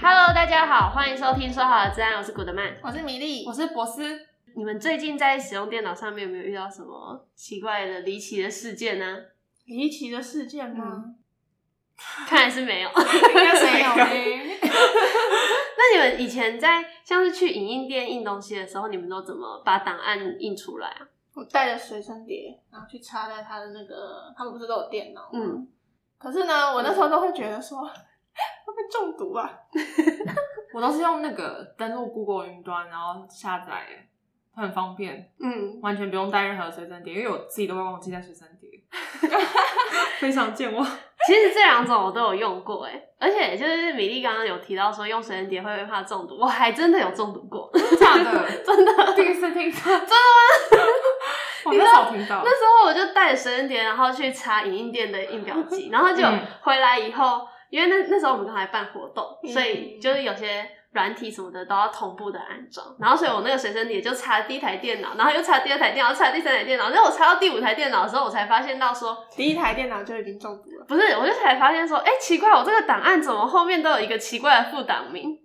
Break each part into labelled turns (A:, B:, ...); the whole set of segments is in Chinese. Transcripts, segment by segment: A: Hello，大家好，欢迎收听《说好的自然》，我是古德曼，
B: 我是米粒，
C: 我是博斯。
A: 你们最近在使用电脑上面有没有遇到什么奇怪的、离奇的事件呢？
C: 离奇的事件吗？
A: 看来是没有。
C: 应该是没有 嘞。
A: 那你们以前在像是去影印店印东西的时候，你们都怎么把档案印出来啊？
C: 我带着随身碟，然后去插在他的那个，他们不是都有电脑吗？
A: 嗯。
C: 可是呢，我那时候都会觉得说， 会不会中毒啊？
B: 我都是用那个登录 Google 云端，然后下载，很方便，
C: 嗯，
B: 完全不用带任何随身碟，因为我自己都会忘记带随身碟，非常健忘。
A: 其实这两种我都有用过、欸，而且就是米粒刚刚有提到说用水银碟会怕中毒，我还真的有中毒过，
B: 假的，
A: 真的。
B: 第一次听到，真的吗？我很少听到。
A: 那时候我就带着神碟，然后去查影印店的印表 机，然后就
B: 嗯
A: 回来以后，因为那那时候我们刚才办活动，
C: 嗯
A: 所以就是有些软体什么的都要同步的安装，然后所以我那个随身碟就查第一台电脑，然后又查第二台电脑，查第三台电脑，然后我查到第五台电脑的时候，我才发现到说，
C: 第一台电脑就已经中毒了。
A: 不是，我就才发现说，哎、奇怪，我这个档案怎么后面都有一个奇怪的副档名？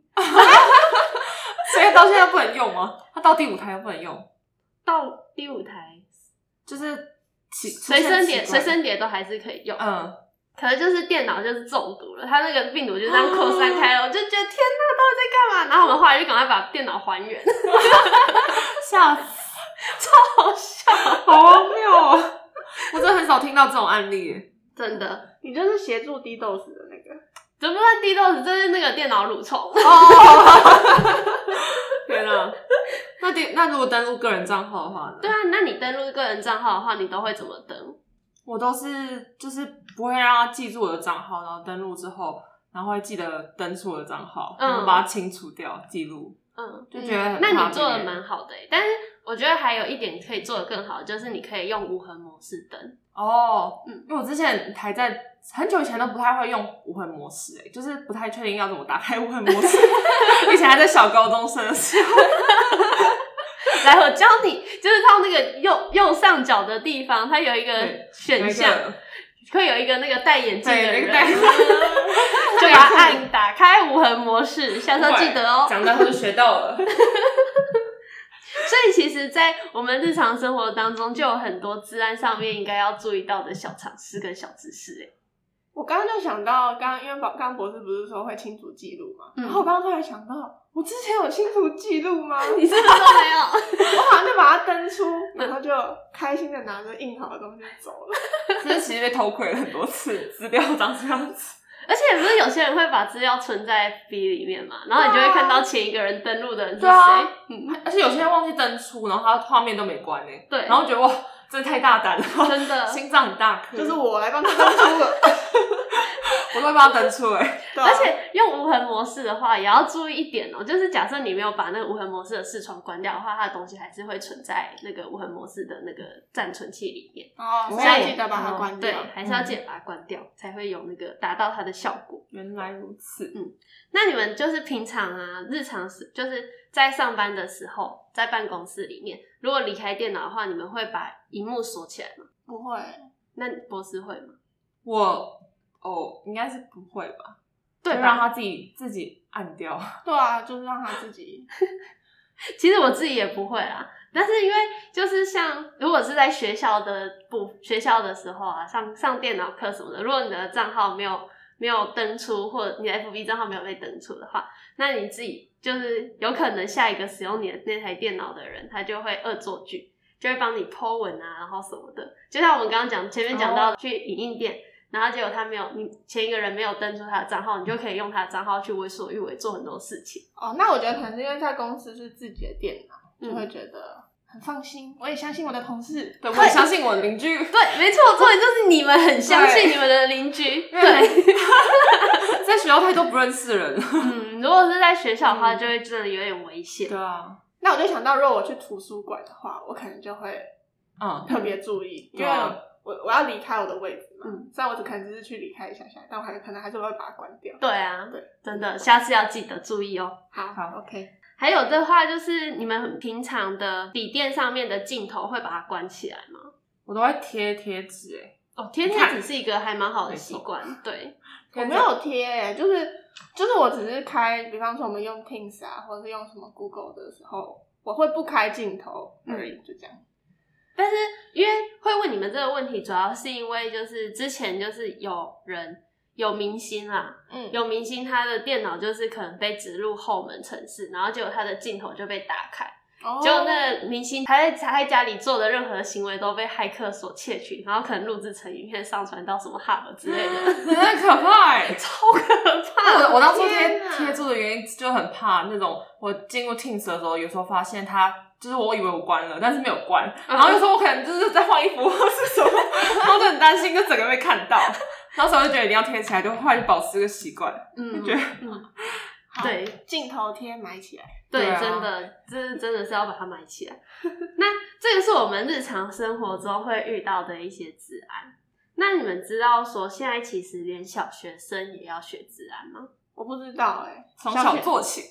B: 所以到现在不能用吗？它到第五台都不能用，
A: 到第五台
B: 就是奇
A: 随身碟，
B: 出
A: 随
B: 现奇怪
A: 身碟都还是可以用，
B: 嗯，
A: 可能就是电脑就是中毒了，它那个病毒就这样扩散开
B: 哦
A: 了，我就觉得天呐，到底在干嘛？然后我们后来就赶快把电脑还原，
B: 吓死，
A: 好笑，
B: 好荒谬哦！我真的很少听到这种案例耶。
A: 真的。
C: 你就是协助低斗士的那个，
A: 怎么算低豆子？这是那个电脑蠕虫，
B: 哦天啊！那第那如果登录个人账号的话呢？
A: 对啊，那你登录个人账号的话，你都会怎么登？
B: 我都是就是不会让他记住我的账号，然后登录之后，然后会记得登出我的账号，
A: 嗯
B: 然后把它清除掉记录，
A: 嗯，
B: 就觉得很
A: 那
B: 怕
A: 你做的
B: 别人
A: 蛮好的欸、但是我觉得还有一点可以做的更好，就是你可以用无痕模式登。
B: 哦，
A: 嗯
B: 因为我之前还在很久以前都不太会用无痕模式、欸，就是不太确定要怎么打开无痕模式， 以前还在小高中生的时候，
A: 来，我教你，就是到那个右右上角的地方，它有一个
B: 对
A: 选项，会有一个那个戴眼镜的
B: 对那
A: 人，就
B: 个戴
A: 把它按打开无痕模式，下次要记 得哦。
B: 长大后就学到了，
A: 所以其实，在我们日常生活当中，就有很多治安上面应该要注意到的小常识跟小知识。哎，
C: 我刚刚就想到，刚刚因为宝刚刚博士不是说会清除记录嘛，
A: 嗯
C: 然 后我刚刚突然想到，我之前有清除记录吗？
A: 你是不是都没有？
C: 我好像就把它登出，然后就开心的拿着印好的东西走了。
B: 只是其实被偷窥了很多次，资料长这样子。
A: 而且不是有些人会把资料存在 FB 里面嘛，然后你就会看到前一个人登录的人是
B: 对啊
A: 谁。嗯，
B: 而且有些人忘记登出，然后他画面都没关呢、
A: 对
B: 然后觉得哇，真的太大胆了吧，
A: 真的
B: 心脏很大颗，
C: 就是我来帮他登出了，
B: 我都会帮他登出哎、
C: 对啊
A: 而且用无痕模式的话，也要注意一点哦、就是假设你没有把那个无痕模式的视窗关掉的话，它的东西还是会存在那个无痕模式的那个暂存器里面。
C: 哦，
B: 我
C: 所以要
A: 也
C: 记得把它关
A: 哦对
C: 掉。，
A: 还是要记得把它关掉，才会有那个达到它的效果。
B: 原来如此，
A: 那你们就是平常啊，日常时就是在上班的时候，在办公室里面，如果离开电脑的话，你们会把荧幕锁起来吗？
C: 不会，
A: 那博士会吗？
B: 我哦应该是不会吧，
A: 对
B: 就
A: 吧
B: 让他自己自己按掉，
C: 对啊，就是让他自己。
A: 其实我自己也不会啦，但是因为就是像如果是在学校的部学校的时候啊，上上电脑课什么的，如果你的账号没有没有登出，或者你的 FB 账号没有被登出的话，那你自己就是有可能下一个使用你的那台电脑的人，他就会恶作剧，就会帮你 Po 文啊，然后什么的。就像我们刚刚讲前面讲到去影印店。然后结果他没有，你前一个人没有登出他的账号，你就可以用他的账号去为所欲为，做很多事情。
C: 哦，那我觉得可能是因为在公司是自己的电脑，就会
A: 嗯，
C: 觉得很放心。我也相信我的同事，
B: 对，我也相信我的邻 居，
A: 对，没错，重点就是你们很相信
B: 对
A: 你们的邻 居。
B: 嗯
A: 对，
B: 在学校太多不认识人了，
A: 嗯，如果是在学校的话，就会真的有点危险。
B: 啊，
C: 那我就想到，如果我去图书馆的话，我可能就会
B: 嗯，
C: 特别注意，因为
B: 对啊
C: 我我要离开我的位置嘛。
A: 嗯
C: 虽然我只可能只是去离开一下下，但我还可能还是会把它关掉。
A: 对啊
C: 对，
A: 真的，下次要记得注意哦。
C: 好
B: 好
C: ，OK。
A: 还有的话就是，你们平常的笔电上面的镜头会把它关起来吗？
B: 我都会贴贴纸哎，
A: 哦，贴贴纸是一个还蛮好的习惯，对，
C: 我没有贴、欸就是就是我只是开，比方说我们用 Teams 啊，或者是用什么 Google 的时候，我会不开镜头而已，就这样。
A: 但是因为会问你们这个问题，主要是因为就是之前就是有人有明星啊，
C: 嗯，
A: 有明星他的电脑就是可能被植入后门城市，然后结果他的镜头就被打开，
C: 哦
A: 结果那个明星他在他在家里做的任何行为都被骇客所窃取，然后可能录制成影片上传到什么 Hub 之类的，
B: 很可怕 哎、
A: 超可怕。
B: 啊我我当初贴
C: 天哪
B: 贴住的原因就很怕那种，我进入 Teams 的时候，有时候发现它就是我以为我关了，但是没有关，然后有时候我可能就是在换衣服或是什么， 然后就很担心，就整个被看到。然后所以我就觉得一定要贴起来，就后来就保持这个习惯。
A: 嗯
B: 觉得
A: 嗯
C: 好
A: 对
C: 镜头贴埋起来，
A: 对，
B: 对啊
A: 真的，这是真的是要把它埋起来。那这个是我们日常生活中会遇到的一些治安。那你们知道说现在其实连小学生也要学治安吗？
C: 我不知道哎、
B: 从
C: 小
B: 小
C: 学
B: 做起。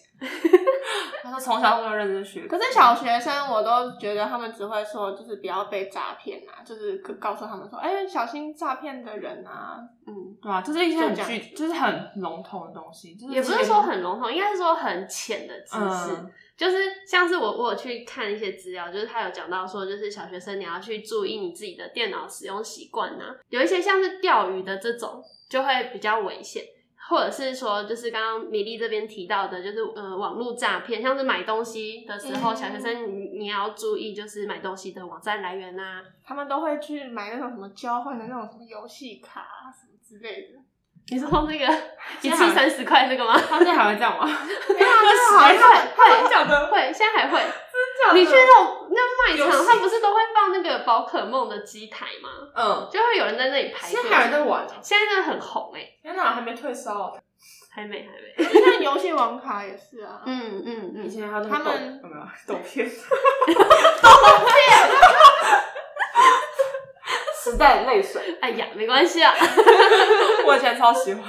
B: 他说从小都没有认真学，
C: 可是小学生我都觉得他们只会说就是不要被诈骗啊，就是告诉他们说，哎、小心诈骗的人啊。
A: 嗯，
B: 对啊，就是一些很
C: 就这
B: 具，就是很笼统的东西，就是
A: 也不是说很笼统，应该是说很浅的知识。
B: 嗯，
A: 就是像是我我有去看一些资料，就是他有讲到说，就是小学生你要去注意你自己的电脑使用习惯呐，有一些像是钓鱼的这种就会比较危险，或者是说就是刚刚米粒这边提到的，就是呃网络诈骗，像是买东西的时候，
C: 嗯
A: 小学生你你要注意就是买东西的网站来源啊呐、
C: 他们都会去买那种什么交换的那种什么游戏卡啊什么之类的，
A: 你说 那个一
B: 现在
A: 次
B: 好
A: 三十块那个吗？
B: 他现在还会这样吗？
C: 没有啊，真的好像
A: 会
B: 讲的，
A: 会，现在还会。
C: 假的
A: 你去那种那卖
B: 游
A: 场，
B: 戏
A: 它不是都会放那个宝可梦的机台吗？
B: 嗯，
A: 就会有人在那里排队。
B: 现在还有人在玩哦
A: 现在真的很红哎、
B: 天哪，还没退烧。
A: 还没还没。
C: 就像游戏王卡也是啊，
A: 嗯嗯嗯，
B: 以前还有那个
C: 他们
B: 抖有没有 抖片？抖片，时代泪水，
A: 哎呀，没关系啊。
B: 我以前超喜欢。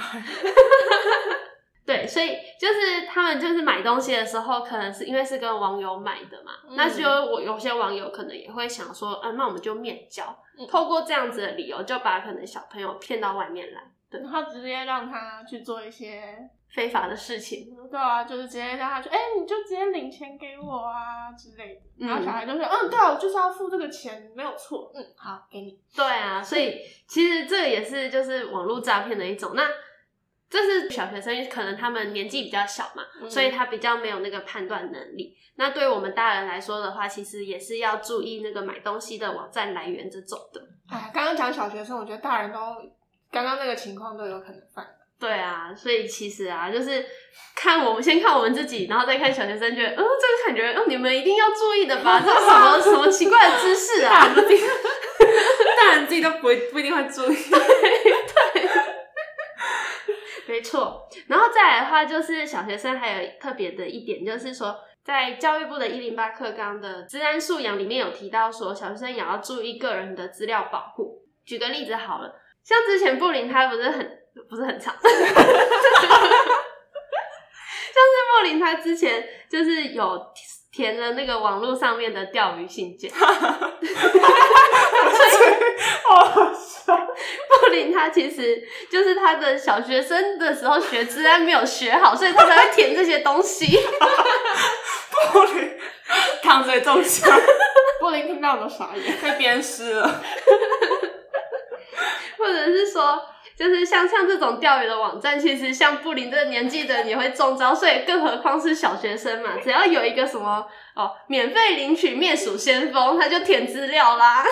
A: 对，所以就是他们就是买东西的时候，可能是因为是跟网友买的嘛，
C: 嗯
A: 那就我有些网友可能也会想说，啊，那我们就面交，
C: 嗯
A: 透过这样子的理由，就把可能小朋友骗到外面来，
C: 然后直接让他去做一些，
A: 非法的事情。
C: 对啊，就是直接让他去，哎、你就直接领钱给我啊之类的。然后小
A: 嗯，
C: 孩就说，嗯，对啊，我就是要付这个钱，没有错，嗯，好，给你。
A: 对啊，所以其实这也是就是网络诈骗的一种。那这是小学生，可能他们年纪比较小嘛，
C: 嗯
A: 所以他比较没有那个判断能力。那对我们大人来说的话，其实也是要注意那个买东西的网站来源这种的。
C: 哎，刚刚讲小学生，我觉得大人都刚刚那个情况都有可能犯。
A: 对啊，所以其实啊，就是看我们先看我们自己，然后再看小学生，觉得嗯，这个感觉，嗯，你们一定要注意的吧？这是什么什么奇怪的知识啊？
B: 大人自己，大人自己都不会不一定会 注意。
A: 没错，然后再来的话，就是小学生还有特别的一点，就是说，在教育部的一零八课纲的治安素养里面有提到说，小学生也要注意个人的资料保护。举个例子好了，像之前布林他不是很不是很长， 像是布林他之前就是有填了那个网络上面的钓鱼信件，
B: 哦，
A: 布林他其实就是他的小学生的时候学治安没有学好，所以他才会填这些东西。
B: 玻璃躺着也中枪，
C: 柏林听到我都傻眼。
B: 被鞭尸了。
A: 或者是说，就是像像这种钓鱼的网站，其实像布林这个年纪的人也会中招，所以更何况是小学生嘛。只要有一个什么哦，免费领取灭鼠先锋，他就填资料啦。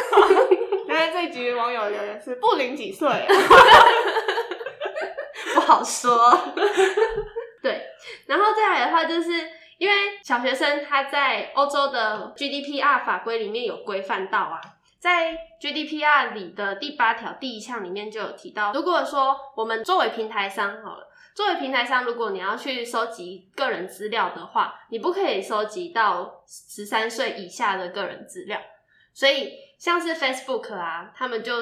C: 但是这一集网友留言是不龄几岁、啊
A: 不好说。 对，然后再来的话，就是因为小学生他在欧洲的 GDPR 法规里面有规范到啊，在 GDPR 里的第八条第一项里面就有提到，如果说我们作为平台商好了。作为平台商，如果你要去收集个人资料的话，你不可以收集到十三岁以下的个人资料。所以像是 Facebook 啊，他们就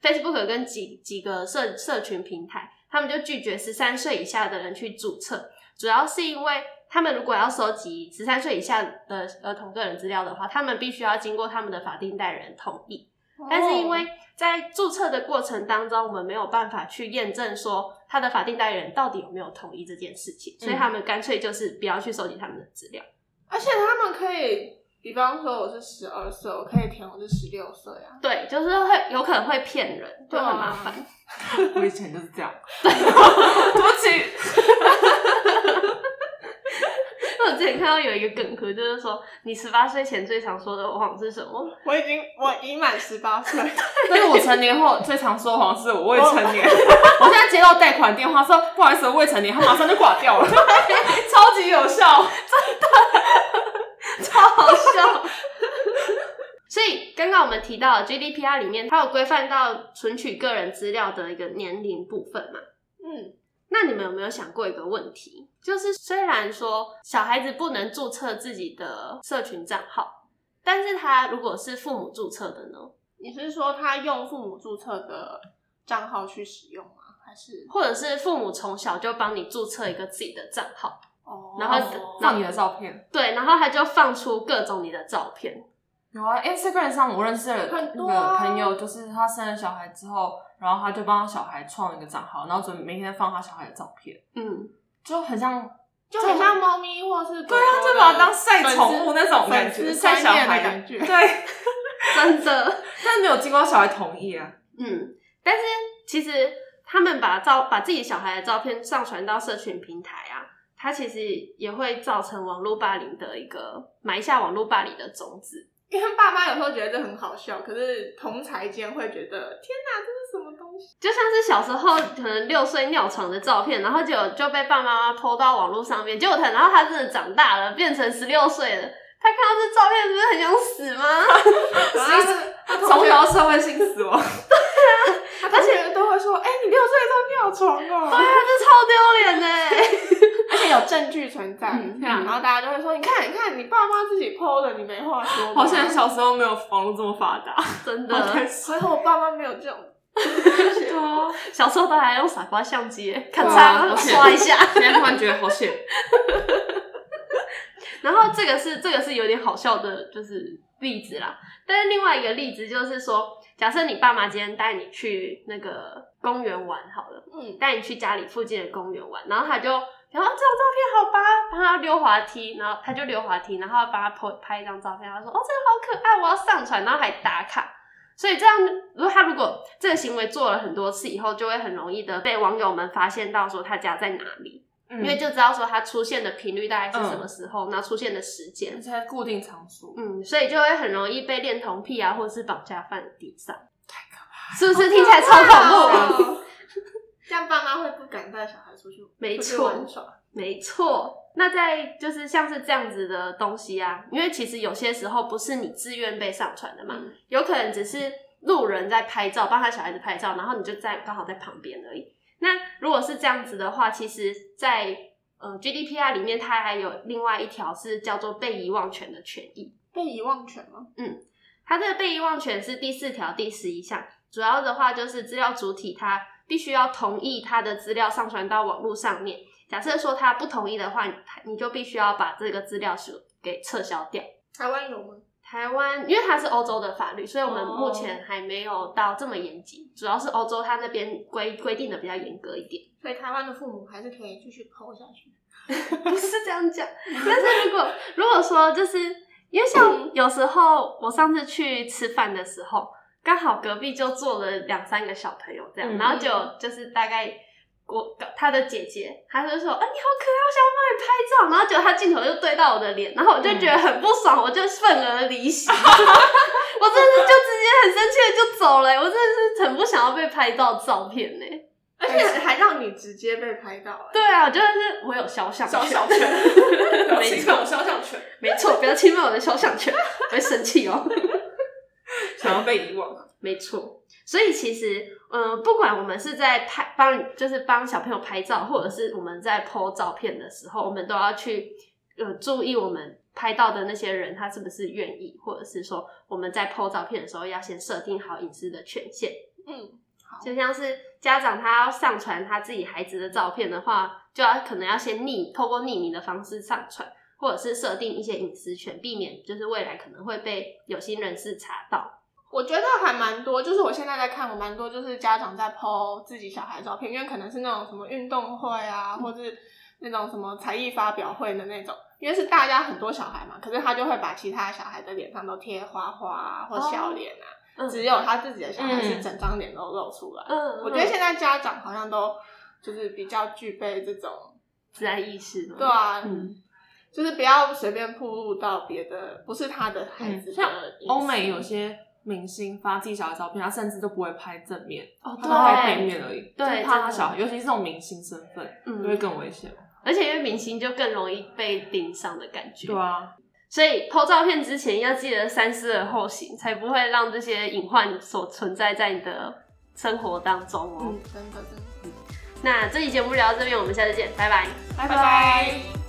A: Facebook 跟几几个社社群平台，他们就拒绝十三岁以下的人去注册，主要是因为他们如果要收集十三岁以下的儿童个人资料的话，他们必须要经过他们的法定代理人同意。但是因
C: 哦
A: 为在注册的过程当中，我们没有办法去验证说他的法定代理人到底有没有同意这件事情，
C: 嗯
A: 所以他们干脆就是不要去收集他们的资料。
C: 而且他们可以，比方说我是十二岁，我可以填我是十六岁啊。
A: 对，就是会有可能会骗人，就
C: 对啊
A: 很麻烦。
B: 我以前就是这样， 对不起，
A: 因 为我之前看到有一个梗图，就是说你十八岁前最常说的谎是什么？
C: 我已经我已满十八岁，
B: 但是我成年后最常说谎是我未成年。 我现在接到贷款电话说不好意思，我未成年，他马上就挂掉了， 超级有效。
A: 超好笑。所以刚刚我们提到的 GDPR 里面，它有规范到存取个人资料的一个年龄部分嘛？
C: 嗯，
A: 那你们有没有想过一个问题？就是虽然说小孩子不能注册自己的社群账号，但是他如果是父母注册的呢，
C: 你是说他用父母注册的账号去使用吗？还是
A: 或者是父母从小就帮你注册一个自己的账号，
C: 哦
A: 然后
B: 放你的照片
A: 对，然后他就放出各种你的照片，
B: 有啊，Instagram 上我认识的
C: 很
B: 那
C: 多
B: 个
C: 啊
B: 朋友，就是他生了小孩之后，然后他就帮他小孩创了一个账号，然后准每天放他小孩的照片，
A: 嗯，
B: 就很像
C: 就很像猫咪或是
B: 对啊，就把它当晒宠物那种感
C: 粉
B: 觉，
C: 丝
B: 晒小
C: 专业
B: 孩
C: 的感觉
B: 对，
A: 真的。
B: 但没有经过小孩同意 啊。
A: 嗯，但是其实他们把照把自己小孩的照片上传到社群平台啊，它其实也会造成网络霸凌的一个埋下网络霸凌的种子。
C: 因为爸妈有时候觉得这很好笑，可是同才间会觉得天哪，这是什么东西？
A: 就像是小时候可能六岁尿床的照片，然后结果就被爸爸妈妈 PO 到网络上面，结果他然后他真的长大了，变成十六岁了，他看到这照片不是很想死 吗？
C: 然后他同
B: 从
C: 学，
B: 小社会性死亡，
C: 他同学都会说：“哎、你六岁都尿床
A: 对
C: 哦。
A: 啊，这超丢脸 的。”
C: 而且有证据存在，
A: 嗯
C: 这样然后大家就会说：“你看，你看，你爸妈自己 PO 的，你没话说。”
B: 好像小时候没有网络这么发达。
A: 真
B: 好
A: 的
B: 开，
C: 还好我爸妈没有这 种。
B: 对啊，
A: 小时候都还用傻瓜相机，咔
B: 对啊
A: 嚓
B: 我
A: 刷一下。
B: 现在突然觉得好 险。
A: 然后这个是这个是有点好笑的，就是例子啦。但是另外一个例子就是说，假设你爸妈今天带你去那个公园玩好了，
C: 嗯，
A: 带你去家里附近的公园玩，然后他就，然后这张照片好吧，帮他溜滑梯，然后他就溜滑梯，然后帮他拍拍一张照片，他说哦这个好可爱，我要上传，然后还打卡。所以这样，如果他如果这个行为做了很多次以后，就会很容易的被网友们发现到说他家在哪里。因为就知道说它出现的频率大概是什么时候，然后出现的时
B: 而
A: 间，
B: 且还固定场所，
A: 嗯，所以就会很容易被恋童癖啊，或是绑架犯盯上。太可怕！是不是听起来超恐怖？啊
C: 怖。 这样爸妈会不敢带小孩出去，
A: 没
C: 出去
A: 错
C: 玩耍。
A: 没错。那在就是像是这样子的东西啊，因为其实有些时候不是你自愿被上传的嘛，
C: 嗯
A: 有可能只是路人在拍照，帮他小孩子拍照，然后你就在刚好在旁边而已。那如果是这样子的话，其实在，呃 GDPR 里面，它还有另外一条是叫做被遗忘权的权益。
C: 被遗忘权吗？
A: 它这个被遗忘权是第四条第十一项，主要的话就是资料主体它必须要同意它的资料上传到网络上面。假设说他不同意的话，你你就必须要把这个资料是给撤销掉。
C: 台湾有吗？
A: 台湾因为它是欧洲的法律，所以我们
C: 哦
A: 目前还没有到这么严谨，主要是欧洲它那边规规定的比较严格一点。
C: 所以台湾的父母还是可以继续抛下去。
A: 不是这样讲，但是如果如果说就是因为像有时候我上次去吃饭的时候，刚好隔壁就坐了两三个小朋友这样，
B: 嗯
A: 然后就就是大概我他的姐姐，她就说啊你好可爱，我想要帮你拍照，然后结果他镜头就对到我的脸，然后我就觉得很不爽，我就愤而离席，我真的是就直接很生气的就走了、我真的是很不想要被拍到照片呢、
C: 而且还让你直接被拍到、欸，
A: 对啊，我觉得是我有肖像权， 没错。
B: 肖像权，
A: 没错，不要侵犯我的肖像权，我会生气哦。
B: 想要被遗忘。
A: 没错，所以其实，嗯、不管我们是在拍帮，就是帮小朋友拍照，或者是我们在 PO 照片的时候，我们都要去呃注意我们拍到的那些人他是不是愿意，或者是说我们在 PO 照片的时候要先设定好隐私的权限。
C: 嗯，
A: 就像是家长他要上传他自己孩子的照片的话，就要可能要先匿，透过匿名的方式上传，或者是设定一些隐私权，避免就是未来可能会被有心人士查到，
C: 我觉得还蛮多，就是我现在在看，我蛮多就是家长在 PO 自己小孩的照片，因为可能是那种什么运动会啊，
B: 嗯
C: 或是那种什么才艺发表会的那种，因为是大家很多小孩嘛，可是他就会把其他小孩的脸上都贴花花啊或笑
B: 哦
C: 脸啊，
A: 嗯
C: 只有他自己的小孩
B: 嗯
C: 是整张脸都露出来。
A: 嗯，
C: 我觉得现在家长好像都就是比较具备这种，
A: 自然意识嘛，
C: 对啊，
B: 嗯，
C: 就是不要随便暴露到别的不是他的孩子
B: 嗯像
C: 的隐私
B: 欧美有些明星发自己小孩照片，他甚至都不会拍正面，
A: 哦
B: 他都拍背
A: 对，
B: 面而已，
A: 对
B: 就是怕
A: 真
B: 他
A: 的
B: 小孩，尤其是这种明星身份，就会
A: 嗯，
B: 更危险。
A: 而且因为明星就更容易被盯上的感觉，
B: 对啊，
A: 所以偷照片之前要记得三思而后行，才不会让这些隐患所存在在你的生活当中
C: 嗯
A: 哦。
C: 嗯，真的真的，
A: 那这期节目聊到这边，我们下次见，拜拜。
C: 拜
B: 拜拜
C: 拜